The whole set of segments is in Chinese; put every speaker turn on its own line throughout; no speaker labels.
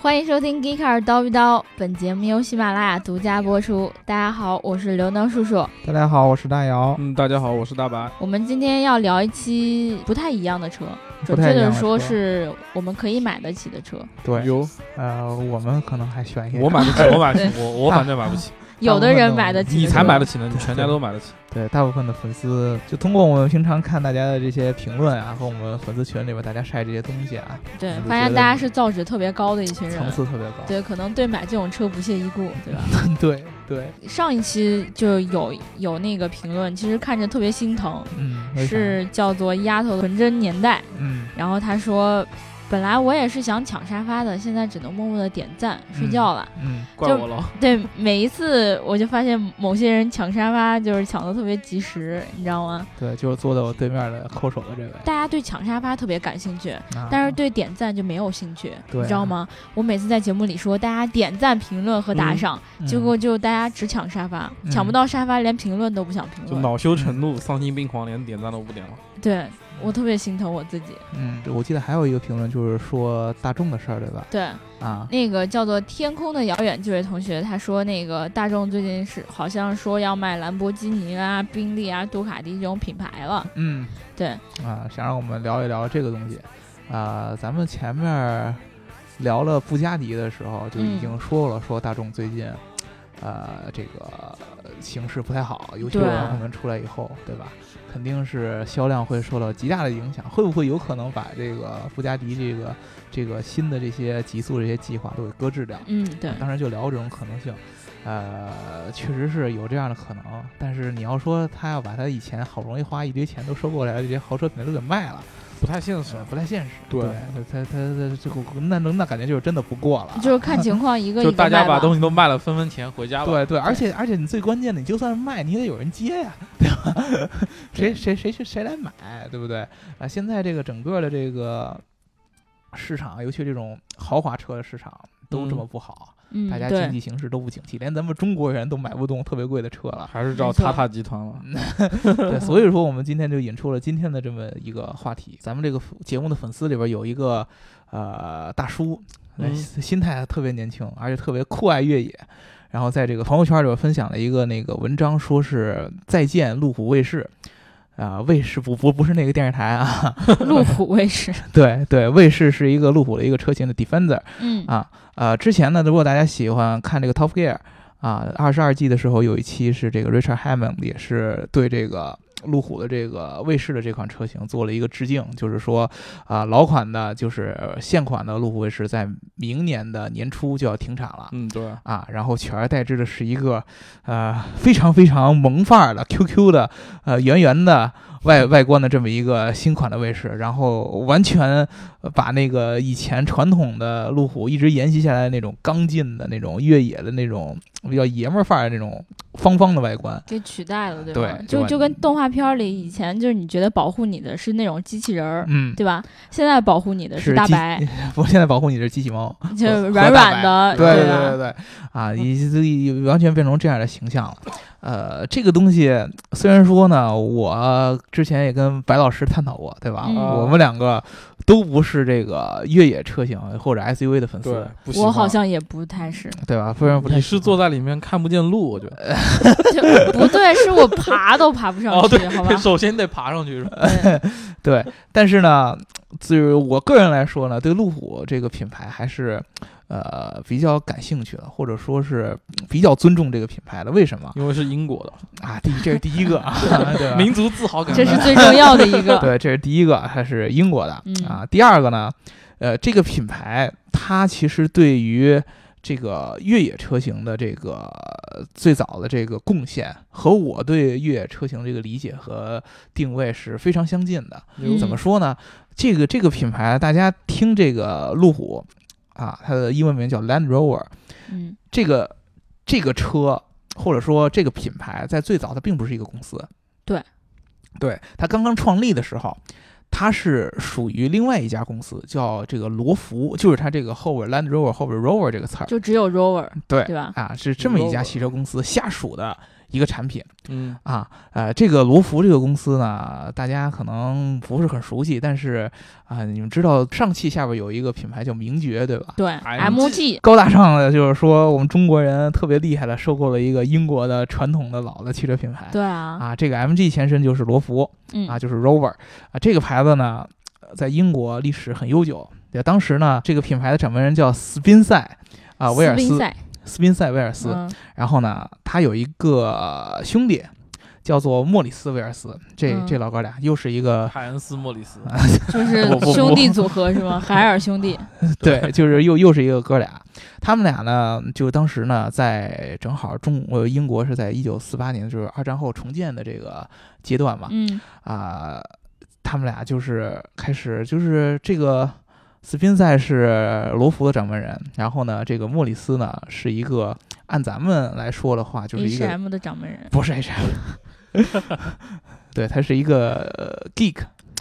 欢迎收听《Geeker 叨逼叨》，本节目由喜马拉雅独家播出。大家好，我是刘能叔叔。
大家好，我是大姚。
嗯，大家好，我是大白。
我们今天要聊一期不太一样的车，
不
准
太
确
一样
的
的车
说是我们可以买得起的车。
对，
有
呃，我们可能还选一些，
我买得起，我买得起，我我反正买不起，
有的人买得起，
你才买得起呢，
对
你全家都买得起。
对大部分的粉丝，就通过我们平常看大家的这些评论啊，和我们粉丝群里边大家晒这些东西啊，
对
我，就
发现
觉得
大家是造纸特别高的一群人
层，次特别高。
啊对，可能对买这种车不屑一顾，对吧？
对对，
上一期就有有那个评论，其实看着特别心疼，
嗯，为啥，
是叫做“丫头的纯真年代
嗯”。，
然后他说，本来我也是想抢沙发的，现在只能默默的点赞睡觉了。
嗯，
怪我了，
对，每一次我就发现某些人抢沙发就是抢的特别及时，你知道吗？
对，就是坐在我对面的扣手的这位，
大家对抢沙发特别感兴趣，
啊
但是对点赞就没有兴趣，
对啊
你知道吗？我每次在节目里说大家点赞、评论和打赏，
嗯
结果就大家只抢沙发，
嗯
抢不到沙发连评论都不想评
就
论。
恼羞成怒、丧心病狂，连点赞都不点了。
对我特别心疼我自己。
嗯，我记得还有一个评论就是说大众的事儿，对吧？
对，
啊，
那个叫做《天空的遥远》这位同学，他说那个大众最近是好像说要卖兰博基尼啊、宾利啊、杜卡迪这种品牌了。
嗯，
对，
啊，想让我们聊一聊这个东西。啊、咱们前面儿聊了布加迪的时候，就已
嗯
经说了，说大众最近，呃，这个形势不太好，尤其
对
是奥特曼出来以后，对吧？肯定是销量会受到极大的影响。会不会有可能把这个布加迪这个这个新的这些极速这些计划都给搁置掉？
嗯，对，
当时就聊这种可能性，呃，确实是有这样的可能。但是你要说他要把他以前好不容易花一堆钱都收购来的这些豪车品牌都给卖了，
不太现实
是。不太现实。
对
他他他这个那那那感觉就是真的不过了。
就是看情况一个一
就
个
大家
卖吧
把东西都卖了，分分钱回家吧。
对对，而且而且你最关键的，你就算是卖，你也得有人接呀，对吧？谁 谁谁去谁来买，对不对？啊，现在这个整个的这个市场，尤其这种豪华车的市场都这么不好，
嗯，
大家
对
经济形势都不景气，连咱们中国人都买不动特别贵的车 了。
还是
没
找
错
塔塔集团了。
对，所以说我们今天就引出了今天的这么一个话题。咱们这个粉节目的粉丝里边有一个呃大叔，
嗯
心态特别年轻，而且特别酷爱越野。然后在这个朋友圈里边分享了一个那个文章，说是再见路虎卫士，啊、卫士不不不是那个电视台啊，
路虎卫士，
对对，卫士是一个路虎的一个车型的 Defender，
嗯
啊呃，之前呢，如果大家喜欢看这个 Top Gear 啊，二十二季的时候有一期是这个 Richard Hammond 也是对这个路虎的这个卫士的这款车型做了一个致敬，就是说啊、老款的就是现款的路虎卫士在明年的年初就要停产了。
嗯，对，
啊，然后取而代之的是一个，呃，非常非常萌范儿的 QQ 的，呃，圆圆的外外观的这么一个新款的卫士，然后完全呃把那个以前传统的路虎一直沿袭下来的那种刚劲的那种越野的那种比较爷们儿范儿的那种方方的外观，
给取代了，对吧？
对
就
对
就跟动画片里以前就是你觉得保护你的是那种机器人儿，
嗯，
对吧？现在保护你的
是
大
机
白，
我现在保护你是机器猫，
就是
和
软软的，
对对
吧
对对，啊，已经完全变成这样的形象了。呃，这个东西虽然说呢，我之前也跟白老师探讨过，对吧？
嗯
我们两个都不是这个越野车型或者 SUV 的粉丝，
对，不喜
我
欢
好像也不太是，
对吧？非常不太
你是坐在里面看不见路，我觉 得。
就不对，是我爬都爬不上去，
哦，对
好吧，？
首先得爬上去。
对
对，但是呢，就是我个人来说呢，对路虎这个品牌还是呃比较感兴趣的，或者说是比较尊重这个品牌的。为什么
因为是英国的，
啊？第一，这是第一个啊， 对吧？
民族自 豪感。
这是最重要的一个，
对，这是第一个，它是英国的、
嗯
啊。第二个呢，呃，这个品牌它其实对于这个越野车型的这个呃最早的这个贡献，和我对越野车型这个理解和定位是非常相近的。
嗯
怎么说呢？这个这个品牌，大家听这个路虎啊，它的英文名叫 Land Rover，
嗯
这个这个车或者说这个品牌，在最早它并不是一个公司，
对，
对，它刚刚创立的时候，它是属于另外一家公司，叫这个罗孚，就是它这个后边 Land Rover 后边 Rover 这个词儿，
就只有 rover，
对
对吧？
啊，是这么一家
Rover
汽车公司下属的一个产品
嗯
啊。呃，这个罗孚这个公司呢，大家可能不是很熟悉，但是啊、你们知道上汽下边有一个品牌叫名爵，对吧？
对
哎
，MG
高大上的就是说，我们中国人特别厉害的，收购了一个英国的传统的老的汽车品牌。
对啊，
啊，这个 MG 前身就是罗孚
嗯
啊，就是 Rover 啊，这个牌子呢，呃在英国历史很悠久。对，当时呢，这个品牌的掌门人叫斯宾塞啊，威尔
斯宾
斯，
塞
斯宾塞威尔斯。
嗯
然后呢，他有一个兄弟叫做莫里斯威尔斯，这、
嗯
这老哥俩又是一个
海恩斯莫里 斯，
就是
我我
兄弟组合是吗？海尔兄弟，
对，就是又又是一个哥俩。他们俩呢，就当时呢，在正好中呃英国是在一九四八年，就是二战后重建的这个阶段嘛，
嗯，
啊、他们俩就是开始就是这个斯宾塞是罗孚的掌门人，然后呢，这个莫里斯呢是一个按咱们来说的话就是一个
H&M 的掌门人，
不是 HM，对， 他是一个、呃 geek，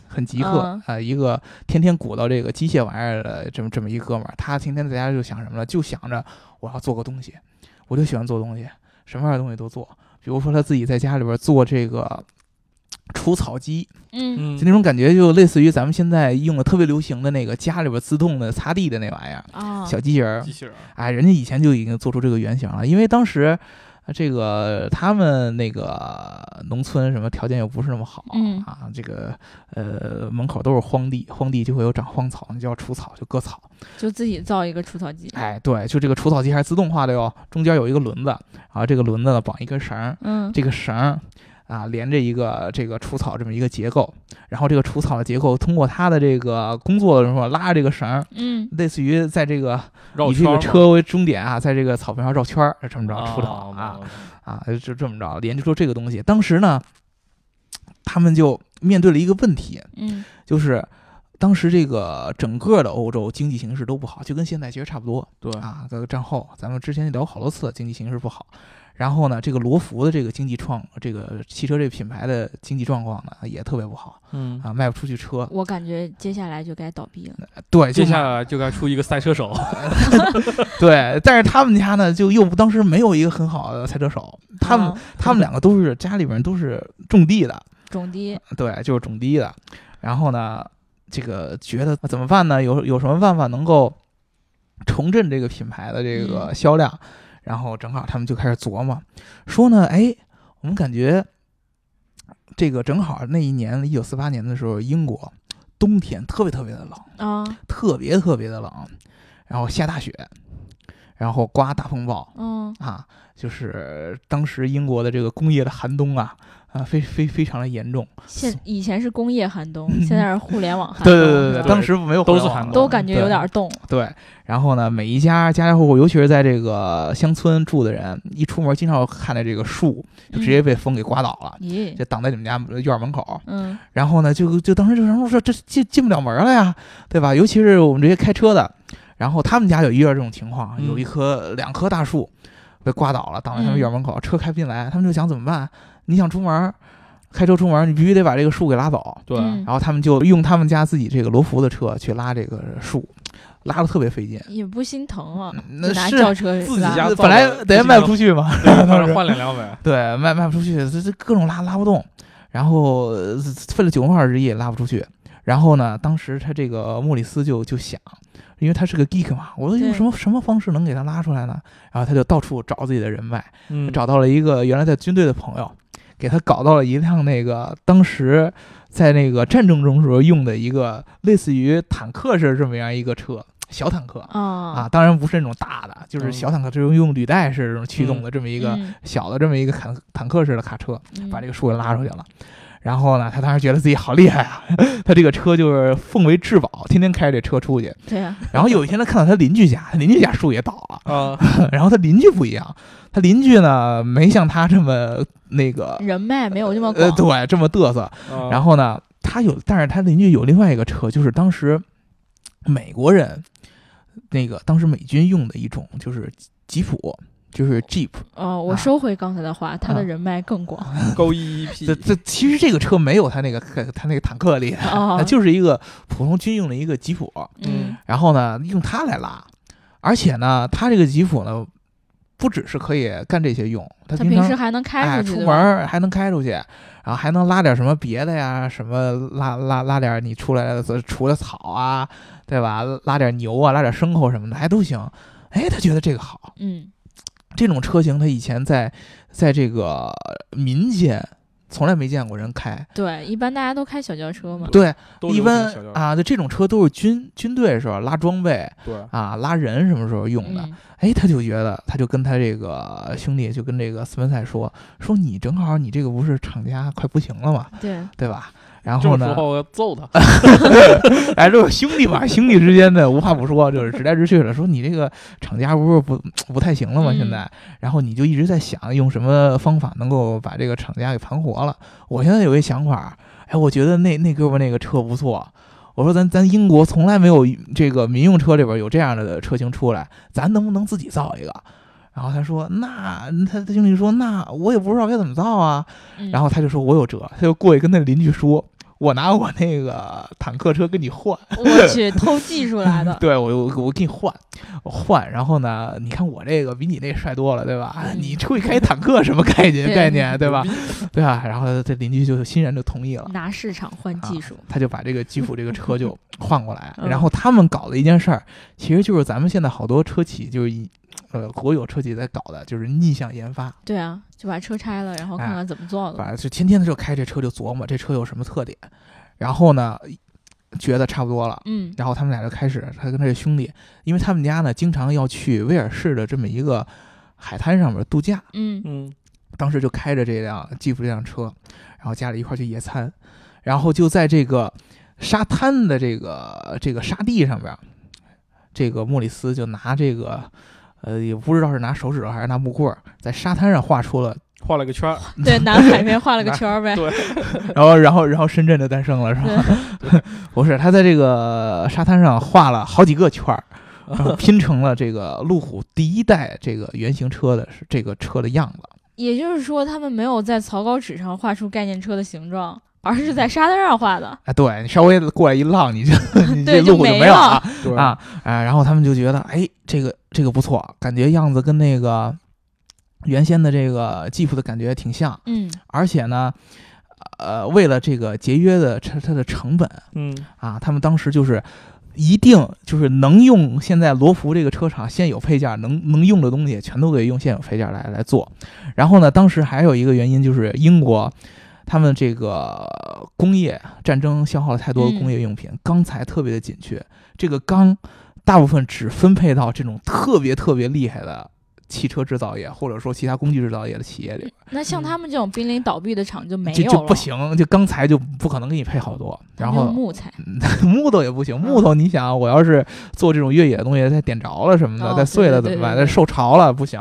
很极客啊
嗯、
一个天天鼓捣这个机械玩意儿的这么这么一哥们儿。他天天在家就想什么呢？就想着我要做个东西，我就喜欢做东西，什么样的东西都做。比如说他自己在家里边做这个除草机，
嗯，
嗯
就那种感觉，就类似于咱们现在用的特别流行的那个家里边自动的擦地的那玩意儿，
啊，
小机器人儿。
机器人儿，
哎，人家以前就已经做出这个原型了，因为当时。呃这个他们那个农村什么条件又不是那么好、
嗯
啊，这个呃门口都是荒地，荒地就会有长荒草，你就要除草，就割草。
就自己造一个除草机，
哎，对，就这个除草机还是自动化的哟，中间有一个轮子，啊，这个轮子呢绑一根绳儿，
嗯，
这个绳儿啊连着一个这个除草这么一个结构，然后这个除草的结构通过它的这个工作的时候拉着这个绳儿，
嗯，
类似于在这个
绕
以这
圈
个
儿
车为终点啊，在这个草坪上绕圈儿，就这么
嘛
着出草啊，
哦
啊，就这么着研究出这个东西。当时呢，他们就面对了一个问题，
嗯，
就是当时这个整个的欧洲经济形势都不好，就跟现在其实差不多
对，
啊。这个战后，咱们之前聊过好多次经济形势不好，然后呢，这个罗孚的这个经济状，这个汽车这个品牌的经济状况呢也特别不好
嗯，
啊，卖不出去车。
我感觉接下来就该倒闭了，
对，就
接下来就该出一个赛车手，
对，但是他们家呢，就又不当时没有一个很好的赛车手，他们、
啊
他们两个都是家里边都是种地的，
种地，
对，就是种地的。然后呢，这个觉得怎么办呢？有有什么办法能够重振这个品牌的这个
嗯
销量？然后正好他们就开始琢磨，说呢，哎，我们感觉这个正好那一年一九四八年的时候，英国冬天特别特别的冷，
啊，
特别特别的冷，然后下大雪，然后刮大风暴，
嗯，
啊，就是当时英国的这个工业的寒冬啊，啊，非非非常的严重。
现以前是工业寒冬，现在是互联网寒冬，
嗯对对对
是
对
吧
当时没有
都
互
是
联网
寒
的
冬
都感觉有点儿冻，
啊对。然后呢，每一家家家户户，尤其是在这个乡村住的人，一出门经常看见这个树就直接被风给刮倒了。
嗯，咦，
就挡在你们家院门口，
嗯，
然后呢，就就当时就什么说这进进不了门了呀，对吧？尤其是我们这些开车的，然后他们家有遇到这种情况，
嗯
有一棵两棵大树被刮倒了，挡在他们
嗯
院门口，车开不进来，他们就想怎么办？你想出门，开车出门，你必须得把这个树给拉走。
对，啊
嗯
然后他们就用他们家自己这个罗孚的车去拉这个树，拉的特别费劲。
也不心疼啊，
嗯
就
那
拿
是
轿车
自己
拉
家造
本来
的
得卖不出去嘛，
对啊换两两百，
对，卖卖不出去，这这各种拉拉不动，然后呃费了九牛二日夜也拉不出去。然后呢，当时他这个莫里斯就就想，因为他是个 geek 嘛，我
对
用什么什么方式能给他拉出来呢？然后他就到处找自己的人脉，
嗯，
找到了一个原来在军队的朋友，给他搞到了一辆那个当时在那个战争中时候用的一个类似于坦克式这么样一个车，小坦克。啊，
啊，
当然不是那种大的，就是
嗯
小坦克，就是用履带式这种驱动的这么一
一
个小的这么一个坦坦克式的卡车，把这
个
个树给拉出去了。然后呢，他当时觉得自己好厉害啊， 他这个车就是奉为至宝，天天开着这车出去。
对啊呀，
然后有一天他看到他邻居家，他邻居家树也倒了，
啊，
然后他邻居不一样，他邻居呢没像他这么那个，
人脉没有这么
呃，
广，
对，这么嘚瑟。然
后
后呢，他有，但是他邻居有另外一个车，就是当时美国人那个当时美军用的一种就是吉普，就是 Jeep。
哦，
啊
我收回刚才的话，他的人脉更广，
勾一一 P，
这这其实这个车没有他那个他那个坦克厉害，
哦
它哎就是一个普通军用的一个吉普，
嗯
然后呢用它来拉，而且呢，它这个吉普呢不只是可以干这些用，它
它
平
平
常
时还能开
哎
出去，
出
对
门
吧
儿还能开出去，然后还能拉点什么别的呀，什么拉拉拉点你出来的除了草啊，对吧？拉点牛啊，拉点牲口什么的，还都行。哎，他觉得这个好，
嗯
这种车型他以前在在这个民间从来没见过人开。
对，一般大家都开小轿车嘛，
对，
都
一
流行
般
小轿车，
啊，对这种车都是军军队时候拉装备
对，
啊，拉人什么时候用的。
嗯
哎，他就觉得，他就跟他这个兄弟，就跟这个斯文塞说，说你正好你这个不是厂家快不行了嘛，
对，
对吧？然
这
后
么说
呢
话，我要揍 他，
哎，这个兄弟嘛，兄弟之间的无话不说，就是直来直去了。说你这个厂家不是不不太行了吗？
嗯
现在，然后你就一直在想用什么方法能够把这个厂家给盘活了。我现在有一想法，哎，我觉得那那哥们儿那个车不错。我说咱咱英国从来没有这个民用车里边有这样的车型出来，咱能不能自己造一个？然后他说：“那他他兄弟说，那我也不知道该怎么造啊。”
嗯
然后他就说：“我有辙。”他就过去跟他邻居说：“我拿我那个坦克车跟你换。”
我去偷技术来 的，
对我我我给你换，我换，然后呢，你看我这个比你那帅多了，对吧？
嗯
你出去开坦克什么概念
对
概念，对
牛
吧
逼？？
对吧？然后这邻居就欣然就同意了。
拿市场换技术
啊，，他就把这个吉普这个车 就换过来，
嗯
然后他们搞的一件事儿，其实就是咱们现在好多车企就是以，呃，国有车企在搞的，就是逆向研发，
对啊，就把车拆了，然后看
哎
看怎么做的，
反正就天天的就开这车就琢磨这车有什么特点，然后呢，觉得差不多了，
嗯
然后他们俩就开始，他跟他这兄弟，因为他们家呢经常要去威尔士的这么一个海滩上面度假，
嗯
嗯，
当时就开着这辆吉普这辆车，然后家里一块儿去野餐，然后就在这个沙滩的这个这个沙地上边儿，这个莫里斯就拿这个呃也不知道是拿手指头还是拿木棍儿，在沙滩上画出了，
画了个 圈儿，
嗯
对，南海边画了个圈儿呗，
对，
然后然后然后深圳就诞生了是吧？
嗯
不是，他在这个沙滩上画了好几个圈儿，然后拼成了这个路虎第一代这个原型车的是这个车的样子。
也就是说，他们没有在草稿纸上画出概念车的形状，而
嗯
是在沙滩上画的。
哎，对你稍微过来一 浪，你就你这
对就
路虎就
没
没有了
对
啊，啊！然后他们就觉得，哎，这个这个不错，感觉样子跟那个原先的这个吉普的感觉挺像，
嗯，
而且呢，呃，为了这个节约的它它的成本
嗯，
啊，他们当时就是。一定就是能用现在罗孚这个车厂现有配件能能用的东西，全都得用现有配件来来做。然后呢，当时还有一个原因就是英国，他们这个呃工业战争消耗了太多的
嗯
工业用品，钢材特别的紧缺，这个钢大部分只分配到这种特别特别厉害的汽车制造业或者说其他工具制造业的企业里。
那像他们这种濒临倒闭的厂嗯就没
嗯就
有
就
了，
不，行，就钢材就不可能给你配好多，然后
木材，
木头也不
嗯
行，木头你想，我要是做这种越野的东西，它点着了什么的，
哦
再碎了怎么
对对
办？
对对
再受潮了不行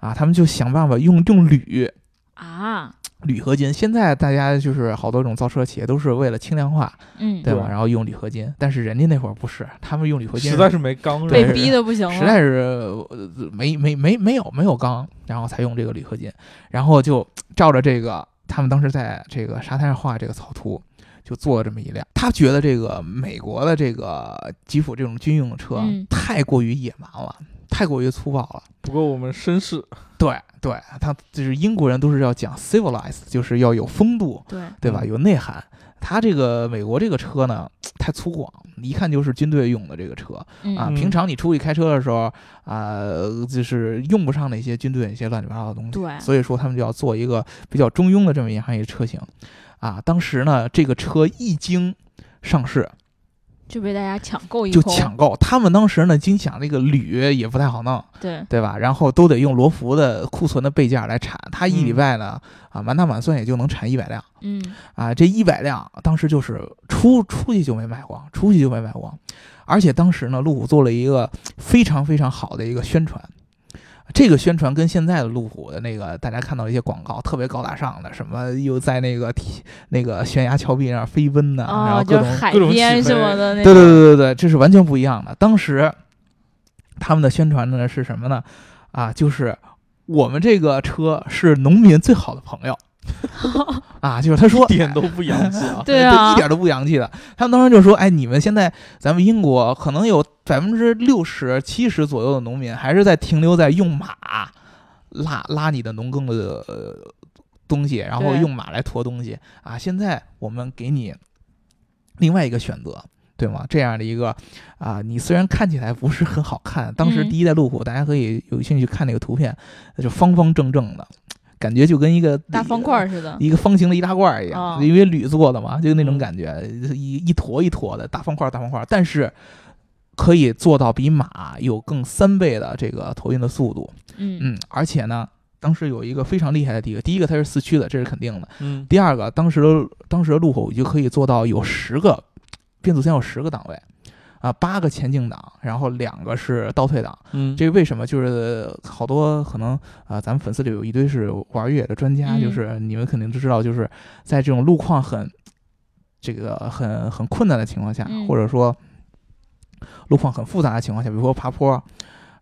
啊！他们就想办法用用铝
啊，
铝合金。现在大家就是好多种造车企业都是为了轻量化，
嗯，
对吧？
对
然后用铝合金，但是人家那会儿不是，他们用铝合金
实在是没刚
对
被
是吧
逼的不行
实
了，
在是呃没没没没有没有钢，然后才用这个铝合金，然后就照着这个他们当时在这个沙滩上画这个草图，就做了这么一辆。他觉得这个美国的这个吉普这种军用的车、
嗯
太过于野蛮了，太过于粗暴了。
不过我们绅 士，
对对，他就是英国人都是要讲 civilized，就是要有风度，
对，
对吧？
嗯
有内涵。他这个美国这个车呢，太粗犷，一看就是军队用的这个车。啊，
嗯，
平
嗯
常你出去开车的时候啊、呃就是用不上那些军队那些乱七八糟的东西，
对，
所以说他们就要做一个比较中庸的这么一样一个车型，啊，当时呢这个车一经上市
就被大家抢购一
就
空，
抢购，他们当时呢经想那个铝也不太好弄，
对，
对吧？然后都得用罗孚的库存的备件来产，它一礼
嗯
拜呢、啊满打满算也就能产一百辆。
嗯，
啊，这一百辆当时就是出出去就没卖光，出去就没卖光，而且当时呢，路虎做了一个非常非常好的一个宣传。这个宣传跟现在的路虎的那个，大家看到一些广告特别高大上的，什么又在那个梯那个悬崖峭壁上飞奔呐、啊然
哦，
后各
就是
种，
海
各种起
边什
飞
么的那
对对
种，，
对对对，这是完全不一样的。当时他们的宣传呢是什么呢？啊，就是我们这个车是农民最好的朋友啊，就是他说
一点都不洋气啊
对啊
一点都不洋气的。他们当时就说：“哎，你们现在咱们英国可能有百分之六十、七十左右的农民还是在停留在用马拉拉你的农耕的、呃、东西，然后
对
用马来驮东西啊。现在我们给你另外一个选择，对吗？这样的一个啊，你虽然看起来不是很好看，当时
嗯
第一代路虎，大家可以有兴趣看那个图片，就方方正正的，感觉就跟一个
大方块儿似的，
一个方形的易拉罐儿一
哦
样，因为铝做的嘛，就那种
嗯
感觉，一一坨一坨的大方块儿大方块儿，但是可以做到比马有更三倍的这个投运的速度。
嗯，
嗯，而且呢，当时有一个非常厉害的第一个，第一个它是四驱的，这是肯定的。
嗯
第二个，当时的当时的路虎就可以做到有十个变速箱有十个档位。啊，八个前进档，然后两个是倒退档。
嗯，
这为什么？就是好多可能啊、咱们粉丝里有一堆是玩越野的专家，
嗯
就是你们肯定都知道，就是在这种路况很这个很很困难的情况下，
嗯
或者说路况很复杂的情况下，比如说爬坡。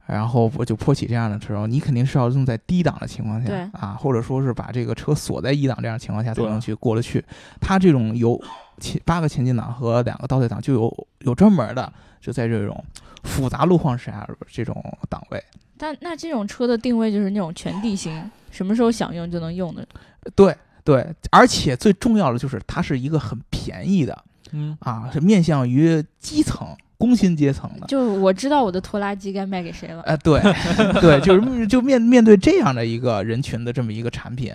然后不就坡起这样的时候，你肯定是要用在低档的情况下
对
啊，或者说是把这个车锁在一档这样的情况下才
对
能去过得去。它这种有前八个前进档和两个倒退档，就有有专门的，就在这种复杂路况下这种档位。
但那这种车的定位就是那种全地形，什么时候想用就能用的，
对对，而且最重要的就是它是一个很便宜的
嗯
啊，是面向于基层工薪阶层的。
就我知道我的拖拉机该卖给谁了，
哎、对 对，就是就面面对这样的一个人群的这么一个产品，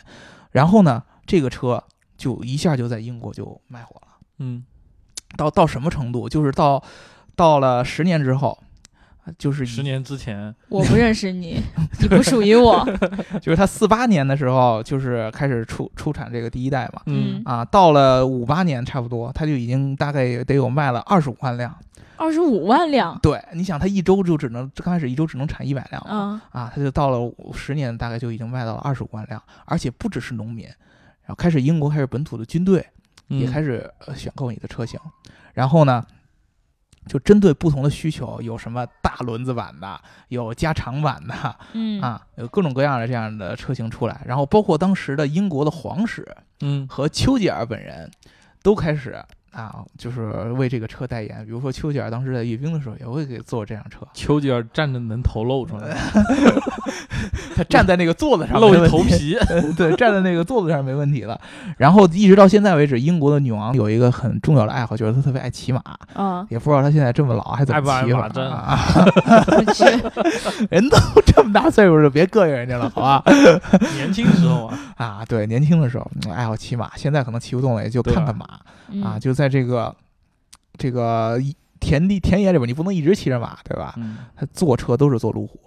然后呢，这个车就一下就在英国就卖火了。
嗯，
到到什么程度？就是到到了十年之后，啊就是
十
以
年之前，
我不认识你， 你不属于我，
就是它四八年的时候就是开始出出产这个第一代嘛，
嗯，
啊，到了五八年差不多，它就已经大概得有卖了二十五万辆。
二十五万辆，
对，你想它一周就只能刚开始一周只能产一百辆嘛
嗯，
啊，它就到了十年大概就已经卖到了二十五万辆，而且不只是农民，然后开始英国开始本土的军队也开
始
始呃选购你的车型，然后呢。就针对不同的需求，有什么大轮子版的，有加长版的
嗯，
啊，有各种各样的这样的车型出来。然后包括当时的英国的皇室，
嗯
和丘吉尔本人都开始啊，就是为这个车代言。比如说丘吉尔当时在阅兵的时候也会给做这辆车，
丘吉尔站着能头露出 来，
他站在那个座子上
露
没
一
问
头
题，
皮，
对，站在那个座子上没问题了。然后一直到现在为止，英国的女王有一个很重要的爱好，就是她特别爱骑马，
啊，
也不知道她现在这么老还怎
哎爱不
么
爱
骑
马
法
战
啊。
嗯我去，
人都 这么大岁数了，别膈应人家了，好吧？
年轻时候啊，
啊，对，年轻的时候嗯爱好骑马，现在可能骑不动了，也就
对啊
看看马。啊，
嗯，
就在这个这个一田地田野里边，你不能一直骑着马，对吧？
嗯，
他坐车都是坐路虎，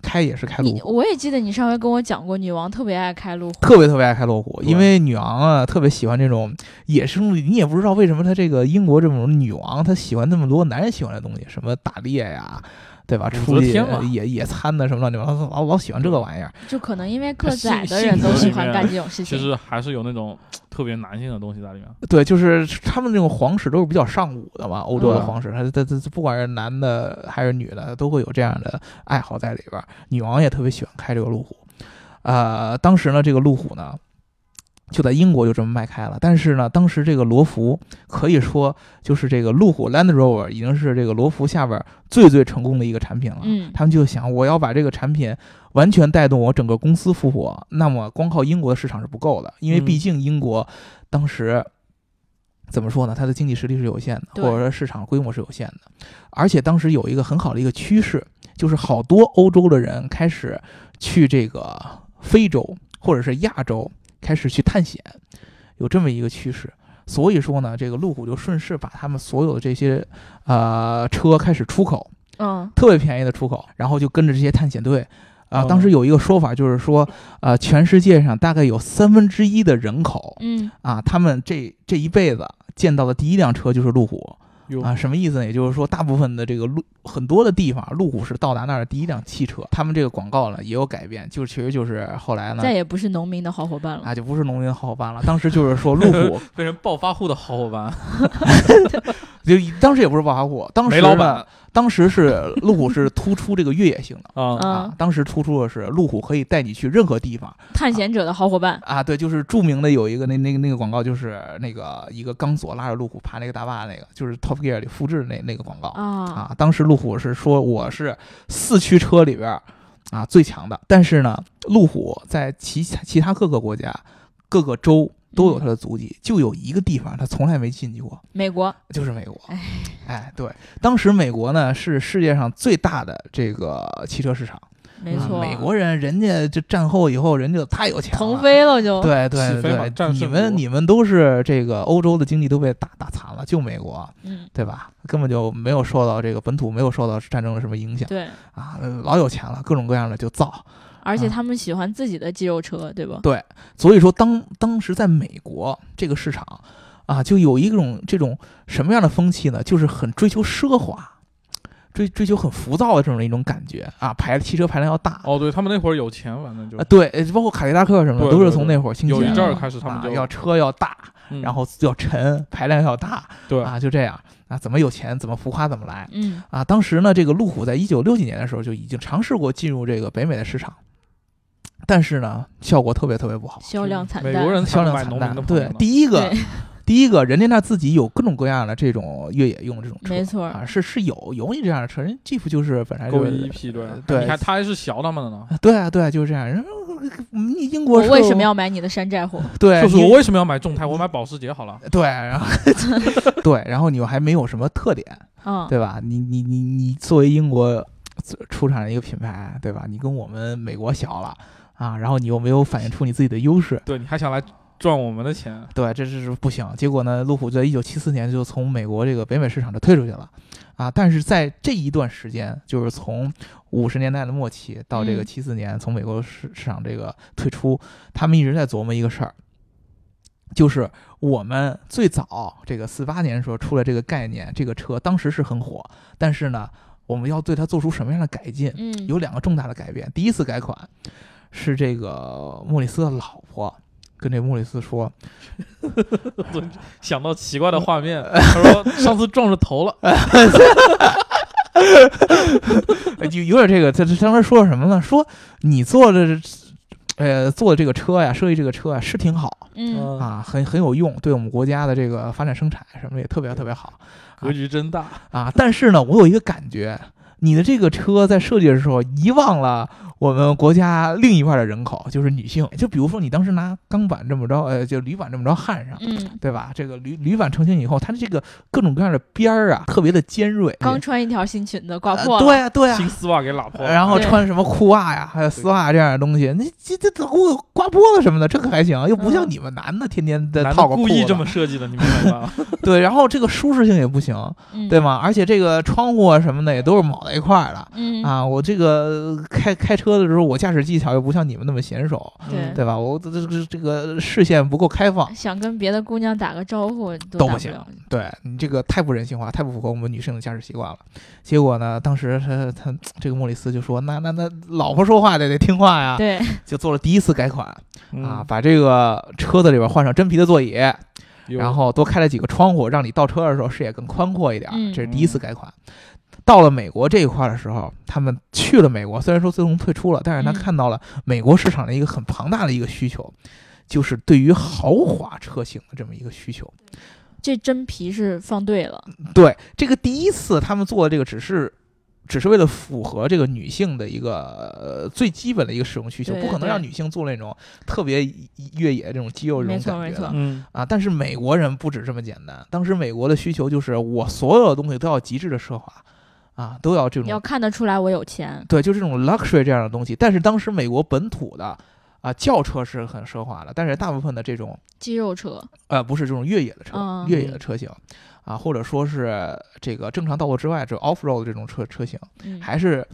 开也是开路
你
虎，
我也记得你上回跟我讲过，女王特别爱开路虎，
特别特别爱开路虎，
对
因为女王啊特别喜欢这种野生，你也不知道为什么她这个英国这种女王，她喜欢那么多男人喜欢的东西，什么打猎呀。对吧？
武
出
则
去
天嘛
呃野野餐的什么乱七八糟，老老喜欢这个玩意儿。
就可能因为个
性
仔的
性
人都
格
喜
里
欢
面
干这种事
其
情，
实还是有那种特别男性的东西在里面，
对，就是他们这种皇室都是比较上武的嘛，欧洲的
嗯
皇室，他他他不管是男的还是女的，都会有这样的爱好在里边儿。女王也特别喜欢开这个路虎，呃，当时呢，这个路虎呢。就在英国就这么卖开了，但是呢，当时这个罗孚可以说就是这个路虎 Land Rover 已经是这个罗孚下边儿最最成功的一个产品了。
嗯，
他们就想，我要把这个产品完全带动我整个公司复活，那么光靠英国的市场是不够的，因为
嗯
毕竟英国当时怎么说呢，它的经济实力是有限的，
对
或者说市场规模是有限的，而且当时有一个很好的一个趋势，就是好多欧洲的人开始去这个非洲或者是亚洲开始去探险，有这么一个趋势。所以说呢，这个路虎就顺势把他们所有的这些呃车开始出口，
嗯，
特别便宜的出口，然后就跟着这些探险队。啊、
哦
当时有一个说法，就是说，呃，全世界上大概有三分之一的人口
嗯，
啊，他们这这一辈子见到的第一辆车就是路虎
哟
啊，什么意思呢？也就是说，大部分的这个路很多的地方，路虎是到达那儿的第一辆汽车。他们这个广告呢也有改变，就其实就是后来呢
再，也不是农民的好伙伴了。
啊，就不是农民好伙伴了，当时就是说路虎
变成暴发户的好伙伴，啊
就当时也不是暴发户，当时
煤老板
当时是路虎是突出这个越野性的。
啊，
啊
嗯，，
当时突出的是路虎可以带你去任何地方
探险者的好伙伴，
啊，对，就是著名的有一个那那个那个广告，就是那个一个钢索拉着路虎爬那个大坝那个，就是 Top Gear 里复制的那那个广告
啊
啊。当时路虎是说我是四驱车里边儿啊最强的。但是呢，路虎在其其他各个国家、各个州都
嗯
有它的足迹，就有一个地方它从来没进去过，
美国，
就是美国
哎。
哎，对，当时美国呢是世界上最大的这个汽车市场，
没
啊
错，
美国人人家就战后以后，人家太有钱了，
腾飞了就，
对对
起飞嘛
对对，
战
你
胜
们
国
你们都是这个欧洲的经济都被打打残了，就美国
嗯，
对吧？根本就没有受到这个本土没有受到战争的什么影响
对，
啊，老有钱了，各种各样的就造。
而且
啊
他们喜欢自己的肌肉车，对吧？
所以说当当时在美国这个市场啊，就有一种这种什么样的风气呢？就是很追求奢华。追追求很浮躁的这种一种感觉啊，排汽车排量要大、
哦，对他们那会儿有钱，反正就
啊，对，包括凯迪拉克什么的
对
都是
对
从
对
那会儿兴起
有一
的
阵儿开始他们
啊，
就
要车要大，
嗯
然后要沉，排量要大，
对
啊，就这样啊，怎么有钱怎么浮夸怎么来
嗯，
啊。当时呢，这个路虎在一九六几年的时候就已经尝试过进入这个北美的市场，但是呢，效果特别特别不好，
销量惨
美
淡，
国人才
销
会
量
买
惨
农
淡
民的。朋友
对
呢，
第一个
对，
第一个，人家那自己有各种各样的这种越野用的这种车，
没错
啊，是是有有你这样的车，人家 Jeep 就是本来就
够一
是。
批对
呃，对
你看他还是学他们的呢，
对啊，对啊，就是这样。人呃你英国
我
车
为什么要买你的山寨 货？
对？
就是
你
我为什么要买众泰，我买保时捷好了，
对，然后 对，然后你又还没有什么特点，
嗯，
对吧？你你你你作为英国出产的一个品牌，对吧？你跟我们美国小了啊，然后你又没有反映出你自己的优势，
对，你还想来赚我们的钱，
对，这是不行。结果呢，路虎在一九七四年就从美国这个北美市场就退出去了啊。但是在这一段时间，就是从五十年代的末期到这个
嗯
七四年从美国市市场这个退出，他们一直在琢磨一个事儿。就是我们最早这个四八年的时候出了这个概念，这个车当时是很火，但是呢，我们要对它做出什么样的改进？
嗯，
有两个重大的改变。第一次改款是这个莫里斯的老婆跟这莫里斯说，
想到奇怪的画面，
嗯
他说上次撞着头了，
呃有有点这个，他他当时说什么呢？说你坐的这，呃，坐的这个车呀，设计这个车呀啊是挺好
嗯，
嗯
啊，很很有用，对我们国家的这个发展生产什么的也特
嗯
别特别好
嗯格局真大，
啊。但是呢，我有一个感觉，你的这个车在设计的时候遗忘了我们国家另一半的人口，就是女性。就比如说你当时拿钢板这么着，呃，就铝板这么着焊上。
嗯，
对吧？这个铝铝板成型以后，它的这个各种各样的边儿啊，特别的尖锐。
刚穿一条新裙子，刮
呃
破了，
对啊，对啊，
新丝袜给拉破了，
然后
对
穿什么裤袜呀，还有丝袜这样的东西，你这这这给我刮脖子什么的，这可还行，又不像
嗯
你们男的天天的
男的
套个裤
故
子，
意这么设计的，你明白吗？
对，然后这个舒适性也不行，
嗯，
对吗？而且这个窗户啊什么的也都是铆在一块儿的。
嗯，
啊，我这个开开车的时候，我驾驶技巧又不像你们那么娴熟，
嗯
对
对吧？我这这这这个视线不够开放，
想跟别的姑娘打个招呼都打
都不
不
行
了，
对你这个太不人性化，太不符合我们女性的驾驶习惯了。结果呢，当时他他这个莫里斯就说：“那那那老婆说话得得听话呀。”
对，
就做了第一次改款，
嗯
啊，，把这个车子里边换上真皮的座椅，
有
然后多开了几个窗户，让你倒车的时候视野更宽阔一点儿。
嗯
这是第一次改款。到了美国这一块儿的时候，他们去了美国，虽然说最终退出了，但是他
嗯
看到了美国市场的一个很庞大的一个需求，就是对于豪华车型的这么一个需求。
这真皮是放对了，
对，这个第一次他们做的这个只是。只是为了符合这个女性的一个、呃、最基本的一个使用需求，
对
不可能
对
让女性做那种特别越野这种肌肉这
没
种
错
感
没
觉的
错
嗯，
啊。但是美国人不止这么简单，当时美国的需求就是我所有的东西都要极致的奢华啊，都要这
要
种
看得出来我有钱，
对，就这种 luxury 这样的东西。但是当时美国本土的啊轿车是很奢华的，但是大部分的这种
肌肉车，
呃，不是这种越野的车，
嗯
越野的车型，啊，或者说是这个正常道路之外，这 off road 这种车车型，
嗯，
还是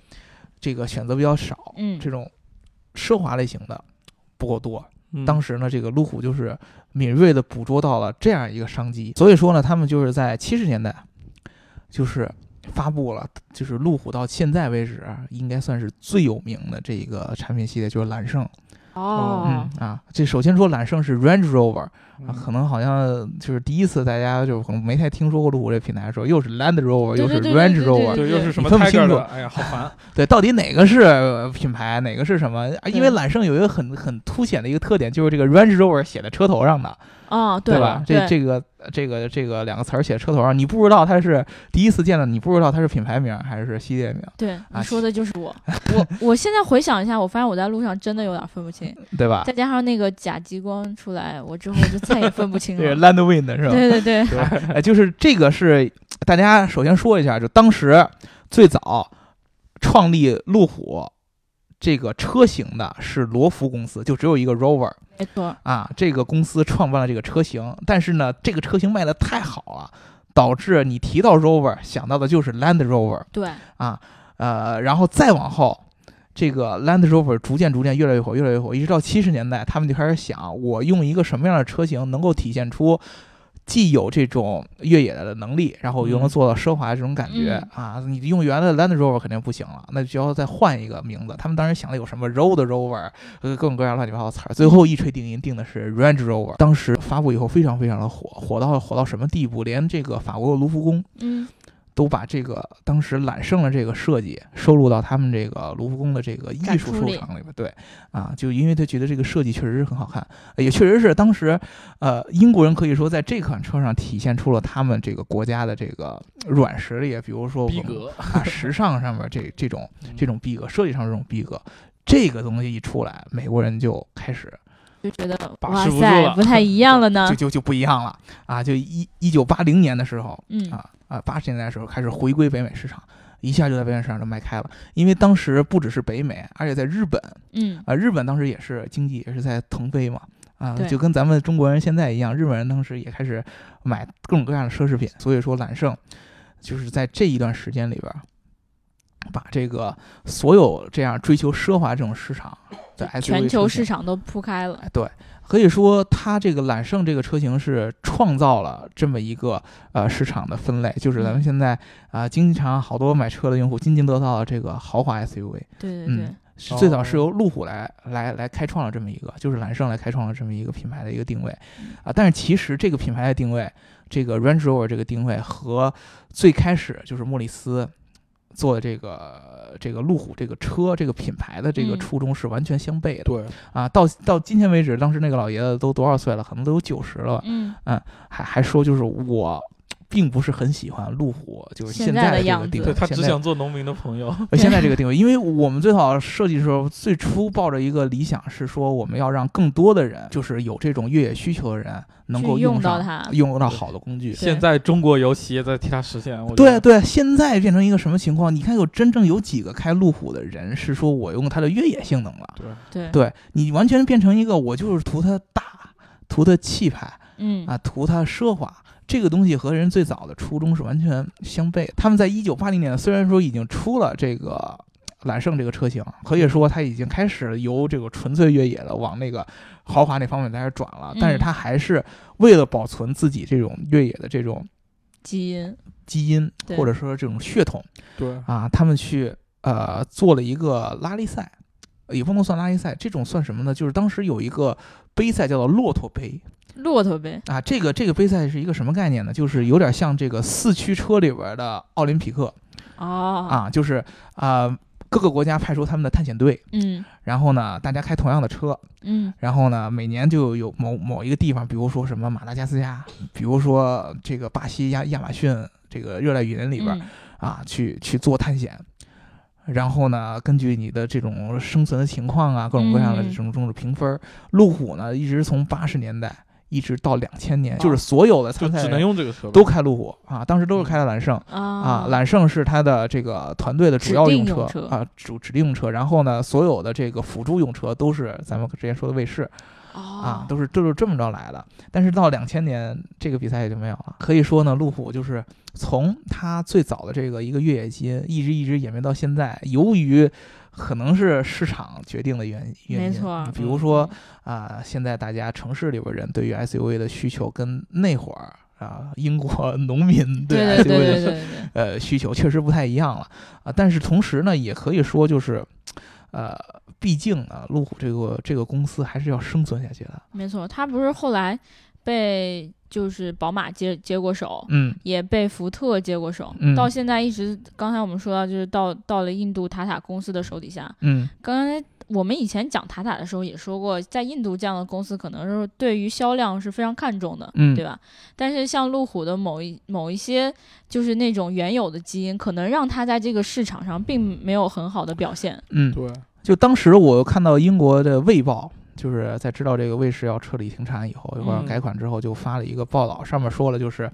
这个选择比较少，
嗯
这种奢华类型的不够多。
嗯
当时呢，这个路虎就是敏锐的捕捉到了这样一个商机，所以说呢，他们就是在七十年代，就是发布了，就是路虎到现在为止应该算是最有名的这一个产品系列，就是揽胜。嗯
哦
嗯，啊，这首先说揽胜是 Range Rover 啊可能好像就是第一次大家就可能没太听说过路虎这品牌的时候，又是 Land Rover，
对
又是
对对
Range
对对
Rover，
对
对，又是什么
你分不
Tiger
清楚
的，哎呀，好烦。
对，到底哪个是呃品牌，哪个是什么？啊因为
对
揽胜有一个很很凸显的一个特点，就是这个 Range Rover 写在车头上的，
哦，
对吧
吧？？
这这个这个这个两个词儿写在车头上，你不知道它是第一次见到，你不知道它是品牌名还是系列名，
对，
啊
你说的就是 我。我我现在回想一下，我发现我在路上真的有点分不 清，
对吧？
再加上那个假极光出来，我之后就再也分不 清
这
了。
Land Wind 是吧？
对对 对，
对，哎，就是这个是大家首先说一下，就当时最早创立路虎这个车型的是罗孚公司，就只有一个 Rover
没错，
啊，这个公司创办了这个车型，但是呢，这个车型卖的太好了，导致你提到 Rover 想到的就是 Land Rover
对，
啊，呃，然后再往后。这个 Land Rover 逐渐逐渐越来越火，越来越火，一直到七十年代，他们就开始想，我用一个什么样的车型能够体现出既有这种越野的能力，然后又能
嗯
做到奢华这种感觉、啊！你用原来的 Land Rover 肯定不行了，那就要再换一个名字。他们当时想的有什么 Road Rover，呃，各种各样乱七八糟的词儿，最后一锤定音定的是 Range Rover。当时发布以后非常非常的火，火到火到什么地步？连这个法国的卢浮宫
嗯，
都把这个当时揽胜的这个设计收录到他们这个卢浮宫的这个艺术收藏里边。对，啊，就因为他觉得这个设计确实是很好看，呃也确实是当时，呃，英国人可以说在这款车上体现出了他们这个国家的这个软实力，比如说我
逼
们
格嗯
啊，时尚上 面这这种这种逼格，设计上这种逼格。这个东西一出来，美国人就开始
就觉得
把
哇
持不住
塞，
了
不太一样了呢
就。就就不一样了啊！就一一九八零年的时候，
嗯，
啊啊，八十年代的时候开始回归北美市场，一下就在北美市场就卖开了。因为当时不只是北美，而且在日本
嗯，
啊，日本当时也是经济也是在腾飞嘛。啊，
对
就跟咱们中国人现在一样，日本人当时也开始买各种各样的奢侈品，所以说揽胜就是在这一段时间里边儿，把这个所有这样追求奢华这种市场在 SUV
全球
出
市
现
场都铺开了。
哎，对，可以说它这个揽胜这个车型是创造了这么一个呃市场的分类，就是咱们
嗯
现在啊、经常好多买车的用户津津乐道的这个豪华 SUV，
对对对
嗯，是最早
哦
是由路虎来来来开创了这么一个，就是揽胜来开创了这么一个品牌的一个定位啊。但是其实这个品牌的定位，这个 Range Rover 这个定位和最开始就是莫里斯做的这个这个路虎这个车这个品牌的这个
嗯
初衷是完全相悖的。
对，
啊，到到今天为止，当时那个老爷子都多少岁了？可能都有九十了吧，
嗯，
还还说就是我并不是很喜欢路虎，就是
现
现
在的
的这
样
个
子
定位，
对他只
现在
想做农民的朋友，
呃现在这个定位，因为我们最早设计的时候，最初抱着一个理想是说，我们要让更多的人，就是有这种越野需求的人，能够
去
用
用到
上
它
用到好的工具。
现在中国有企业在替他实现。我觉
对
得
对，现在变成一个什么情况？你看有真正有几个开路虎的人是说我用它的越野性能了，
对，
对，
对你完全变成一个我就是图它大，图它气派，
嗯，
啊，图它奢华。这个东西和人最早的初衷是完全相悖的。他们在一九八零年虽然说已经出了这个揽胜这个车型，可以说它已经开始由这个纯粹越野的往那个豪华那方面开始转了，但是
嗯
它还是为了保存自己这种越野的这种
基因，
基因
对
或者说这种血统
对，
啊，他们去呃做了一个拉力赛，也不能算拉力赛，这种算什么呢？就是当时有一个杯赛叫做骆驼杯，
骆驼呗。
啊，这个这个杯赛是一个什么概念呢？就是有点像这个四驱车里边的奥林匹克
哦，
啊，就是啊、呃各个国家派出他们的探险队，
嗯
然后呢，大家开同样的车，
嗯，
然后呢，每年就有某某一个地方，比如说什么马达加斯加，比如说这个巴西亚亚马逊这个热带雨林里边、
嗯
啊，去去做探险。然后呢，根据你的这种生存的情况啊，各种各样的
嗯
这种这种评分儿，路虎呢一直从八十年代一直到两千年，
哦
就是所有的
就
参赛
只
人
能用这个车了。
都开路虎啊，当时都是开的揽胜。啊
啊，
揽胜是它的这个团队的主要用车
指定用车
啊，主指定用车。然后呢，所有的这个辅助用车都是咱们之前说的卫士啊
啊，
都是都是这么着来的。但是到两千年，这个比赛也就没有了。可以说呢，路虎就是从它最早的这个一个越野基因，一直一直演变到现在。由于可能是市场决定的原原因，
没错嗯
比如说啊、现在大家城市里边人对于 SUV 的需求跟那会儿啊、英国 农民
对
对 SUV
对对
的
对对对，
呃需求确实不太一样了啊、但是同时呢，也可以说就是，呃，毕竟呢，路虎这个这个公司还是要生存下去的。
没错，他不是后来被就是宝马接接过手，
嗯
也被福特接过手，
嗯
到现在一直，刚才我们说到，就是到到了印度塔塔公司的手底下。
嗯
刚才我们以前讲塔塔的时候也说过，在印度这样的公司，可能是对于销量是非常看重的，
嗯
对吧？但是像路虎的某一某一些，就是那种原有的基因，可能让它在这个市场上并没有很好的表 现。
嗯，
对，
就当时我看到英国的《卫报》，就是在知道这个卫士要彻底停产以后，
嗯
或者改款之后，就发了一个报道，上面说了就是，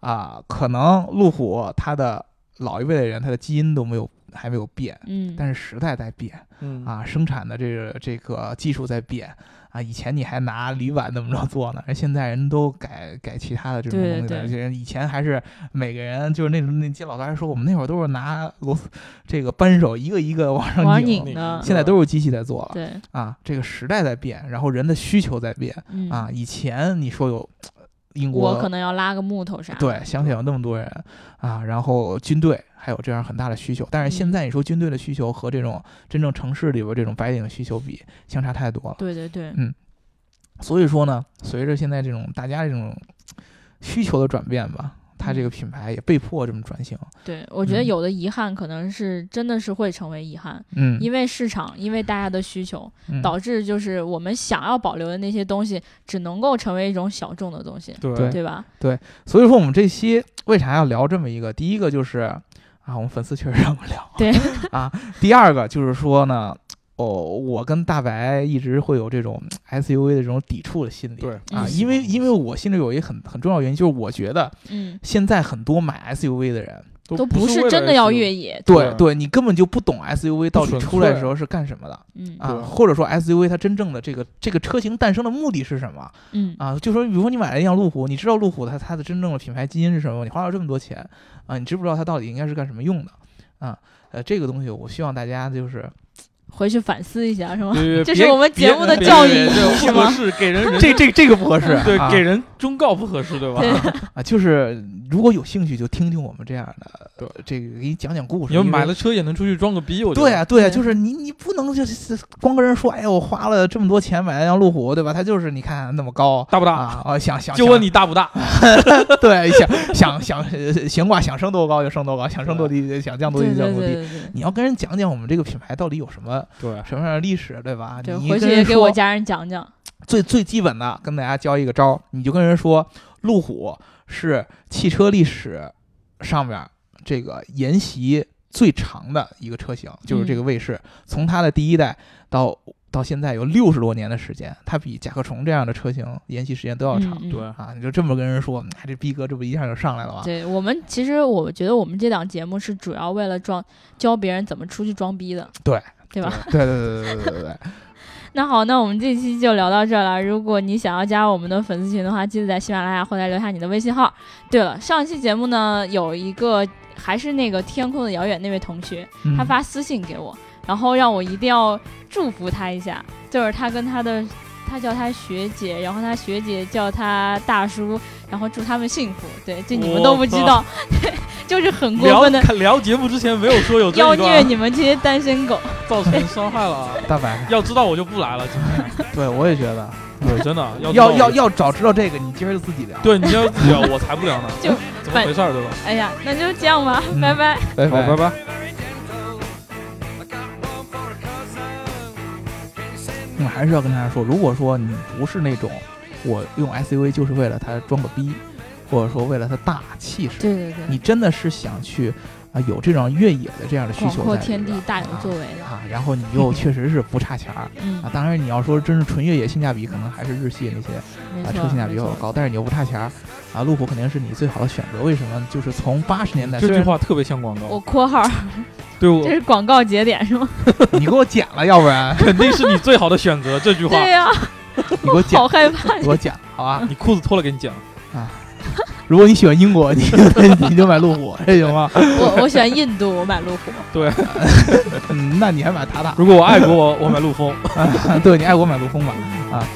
啊、可能路虎它的老一辈的人，他的基因都没有还没有变，
嗯，
但是时代在变
嗯，
啊，生产的这个这个技术在变啊，以前你还拿铝板怎么着做呢，而现在人都改改其他的这种
对
东西
对
了，而且以前还是每个人就是那种那些老头还说我们那会儿都是拿螺丝这个扳手一个一个往
往
上
上
拧
拧。
拧
的，
现在都是机器在做了
对，
啊，这个时代在变，然后人的需求在变
嗯，
啊。以前你说有呃英国，
我可能要拉个木头啥的，
对，想想有那么多人啊，然后军队还有这样很大的需求，但是
嗯
现在你说军队的需求和这种真正城市里边这种白领需求比，相差太多了。
对对对，
嗯所以说呢，随着现在这种大家这种需求的转变吧，它
嗯
这个品牌也被迫这么转型。
对，我觉得
嗯
有的遗憾可能是真的是会成为遗憾，
嗯，
因为市场，因为大家的需求，
嗯
导致就是我们想要保留的那些东西，只能够成为一种小众的东西，
对
对
对吧？
所以说我们这期为啥要聊这么一个？第一个就是啊，我们粉丝确实让我聊。
对
啊，第二个就是说呢，哦，我跟大白一直会有这种 SUV 的这种抵触的心理。
对
啊，
嗯
因为因为我心里有一个很很重要的原因，就是我觉得
嗯，
现在很多买 SUV 的人，
都
都
不
是为
是
了
真的要
SUV
越野，
对
对
对，你根本就不懂 SUV 到底
纯
出来的
粹
时候是干什么的
嗯
啊，
对
或者说 SUV 它真正的这个这个车型诞生的目的是什么？
嗯，
啊，就说比如说你买了一辆路虎，你知道路虎它它的真正的品牌基因是什么？你花了这么多钱啊，你知不知道它到底应该是干什么用的？啊，呃，这个东西我希望大家 就是
回去反思一下是吗？
对
这
别
是我们节目的
别
教育
别
意
别
义是
不合
吗？
适， 给人人，
这这这个不合适
对
啊
给人忠告不合适，对吧？
对
啊，就是如果有兴趣就听听我们这样的，
对
这个给你讲讲故事。
你要
因为
买了车也能出去装个逼，我觉得
对啊，对啊，
对
就是你，你不能就是光跟人说，哎呀，我花了这么多钱买了辆路虎，对吧？它就是你看那么高
大不大？
啊，嗯啊，想想
就问，你大不大？
想对，想想想呃悬挂，想升多高就升多高，想升多低想降多低
对
就降
对
多
对
低。
对对
你要跟人讲讲我们这个品牌到底有什么
对，
什么样的历史，对吧？
对，
你
回去
跟
也
人
给我
说
家人讲讲，
最最基本的，跟大家教一个招儿，你就跟人说，路虎是汽车历史上面儿这个沿袭最长的一个车型，就是
嗯
这个卫士，从它的第一代到到现在有六十多年的时间，它比甲壳虫这样的车型沿袭时间都要长。
嗯嗯
对，
啊，你就这么跟人说，哎，这逼格这不一下就上来了吗？
对我们其实我觉得我们这档节目是主要为了装教别人怎么出去装逼的，
对
对吧？
对对对对对对对对，
那好，那我们这期就聊到这儿了。如果你想要加入我们的粉丝群的话，记得在喜马拉雅后台留下你的微信号。对了，上期节目呢有一个还是那个天空的遥远那位同学，
嗯
他发私信给我，然后让我一定要祝福他一下，就是他跟他的。他叫他学姐，然后他学姐叫他大叔，然后祝他们幸福。对，这你们都不知道，对， 就是很过
聊
分的
看聊节目之前没有说有这
妖
一段
虐
啊，
你们这些单身狗。
造成伤害了啊。
大白，
要知道我就不 来了，今天
对我也觉得
对，真的要知
要
道我
要要早知道这个，你今儿就自己聊。
对，你要自己要，我才不聊呢，
就
怎么回事儿，对吧？
哎呀，那就这样吧，
嗯
拜拜。
拜
好，拜拜。
我还是要跟大家说，如果说你不是那种我用 SUV 就是为了它装个逼，或者说为了它大气势，
对对对
你真的是想去啊、有这种越野的这样的需
广
求
阔
在里
天地
边
大有作为
啊
了。
啊，然后你又确实是不差钱儿
嗯
啊，，当然你要说真是纯越野性价比，可能还是日系那些
没
啊
错，
车性价比
没
比较
错
高，但是你又不差钱儿啊，路虎肯定是你最好的选择。为什么？就是从八十年代，哎
这
虽
句
然
话特别像广告
我，括号，
对我
这是广告节点是吗？
你给我剪了，要不然
肯定是你最好的选择。这句话，
对呀、
你给我 剪
好，害怕
给。我剪，好吧？
你裤子脱了给你讲，
如果你喜欢英国，你就 你就买路虎，这行吗？
我我选印度，我买路虎。
嗯，那你还买塔塔？
如果我爱国，我我买陆风。
对你爱国买陆风吧啊。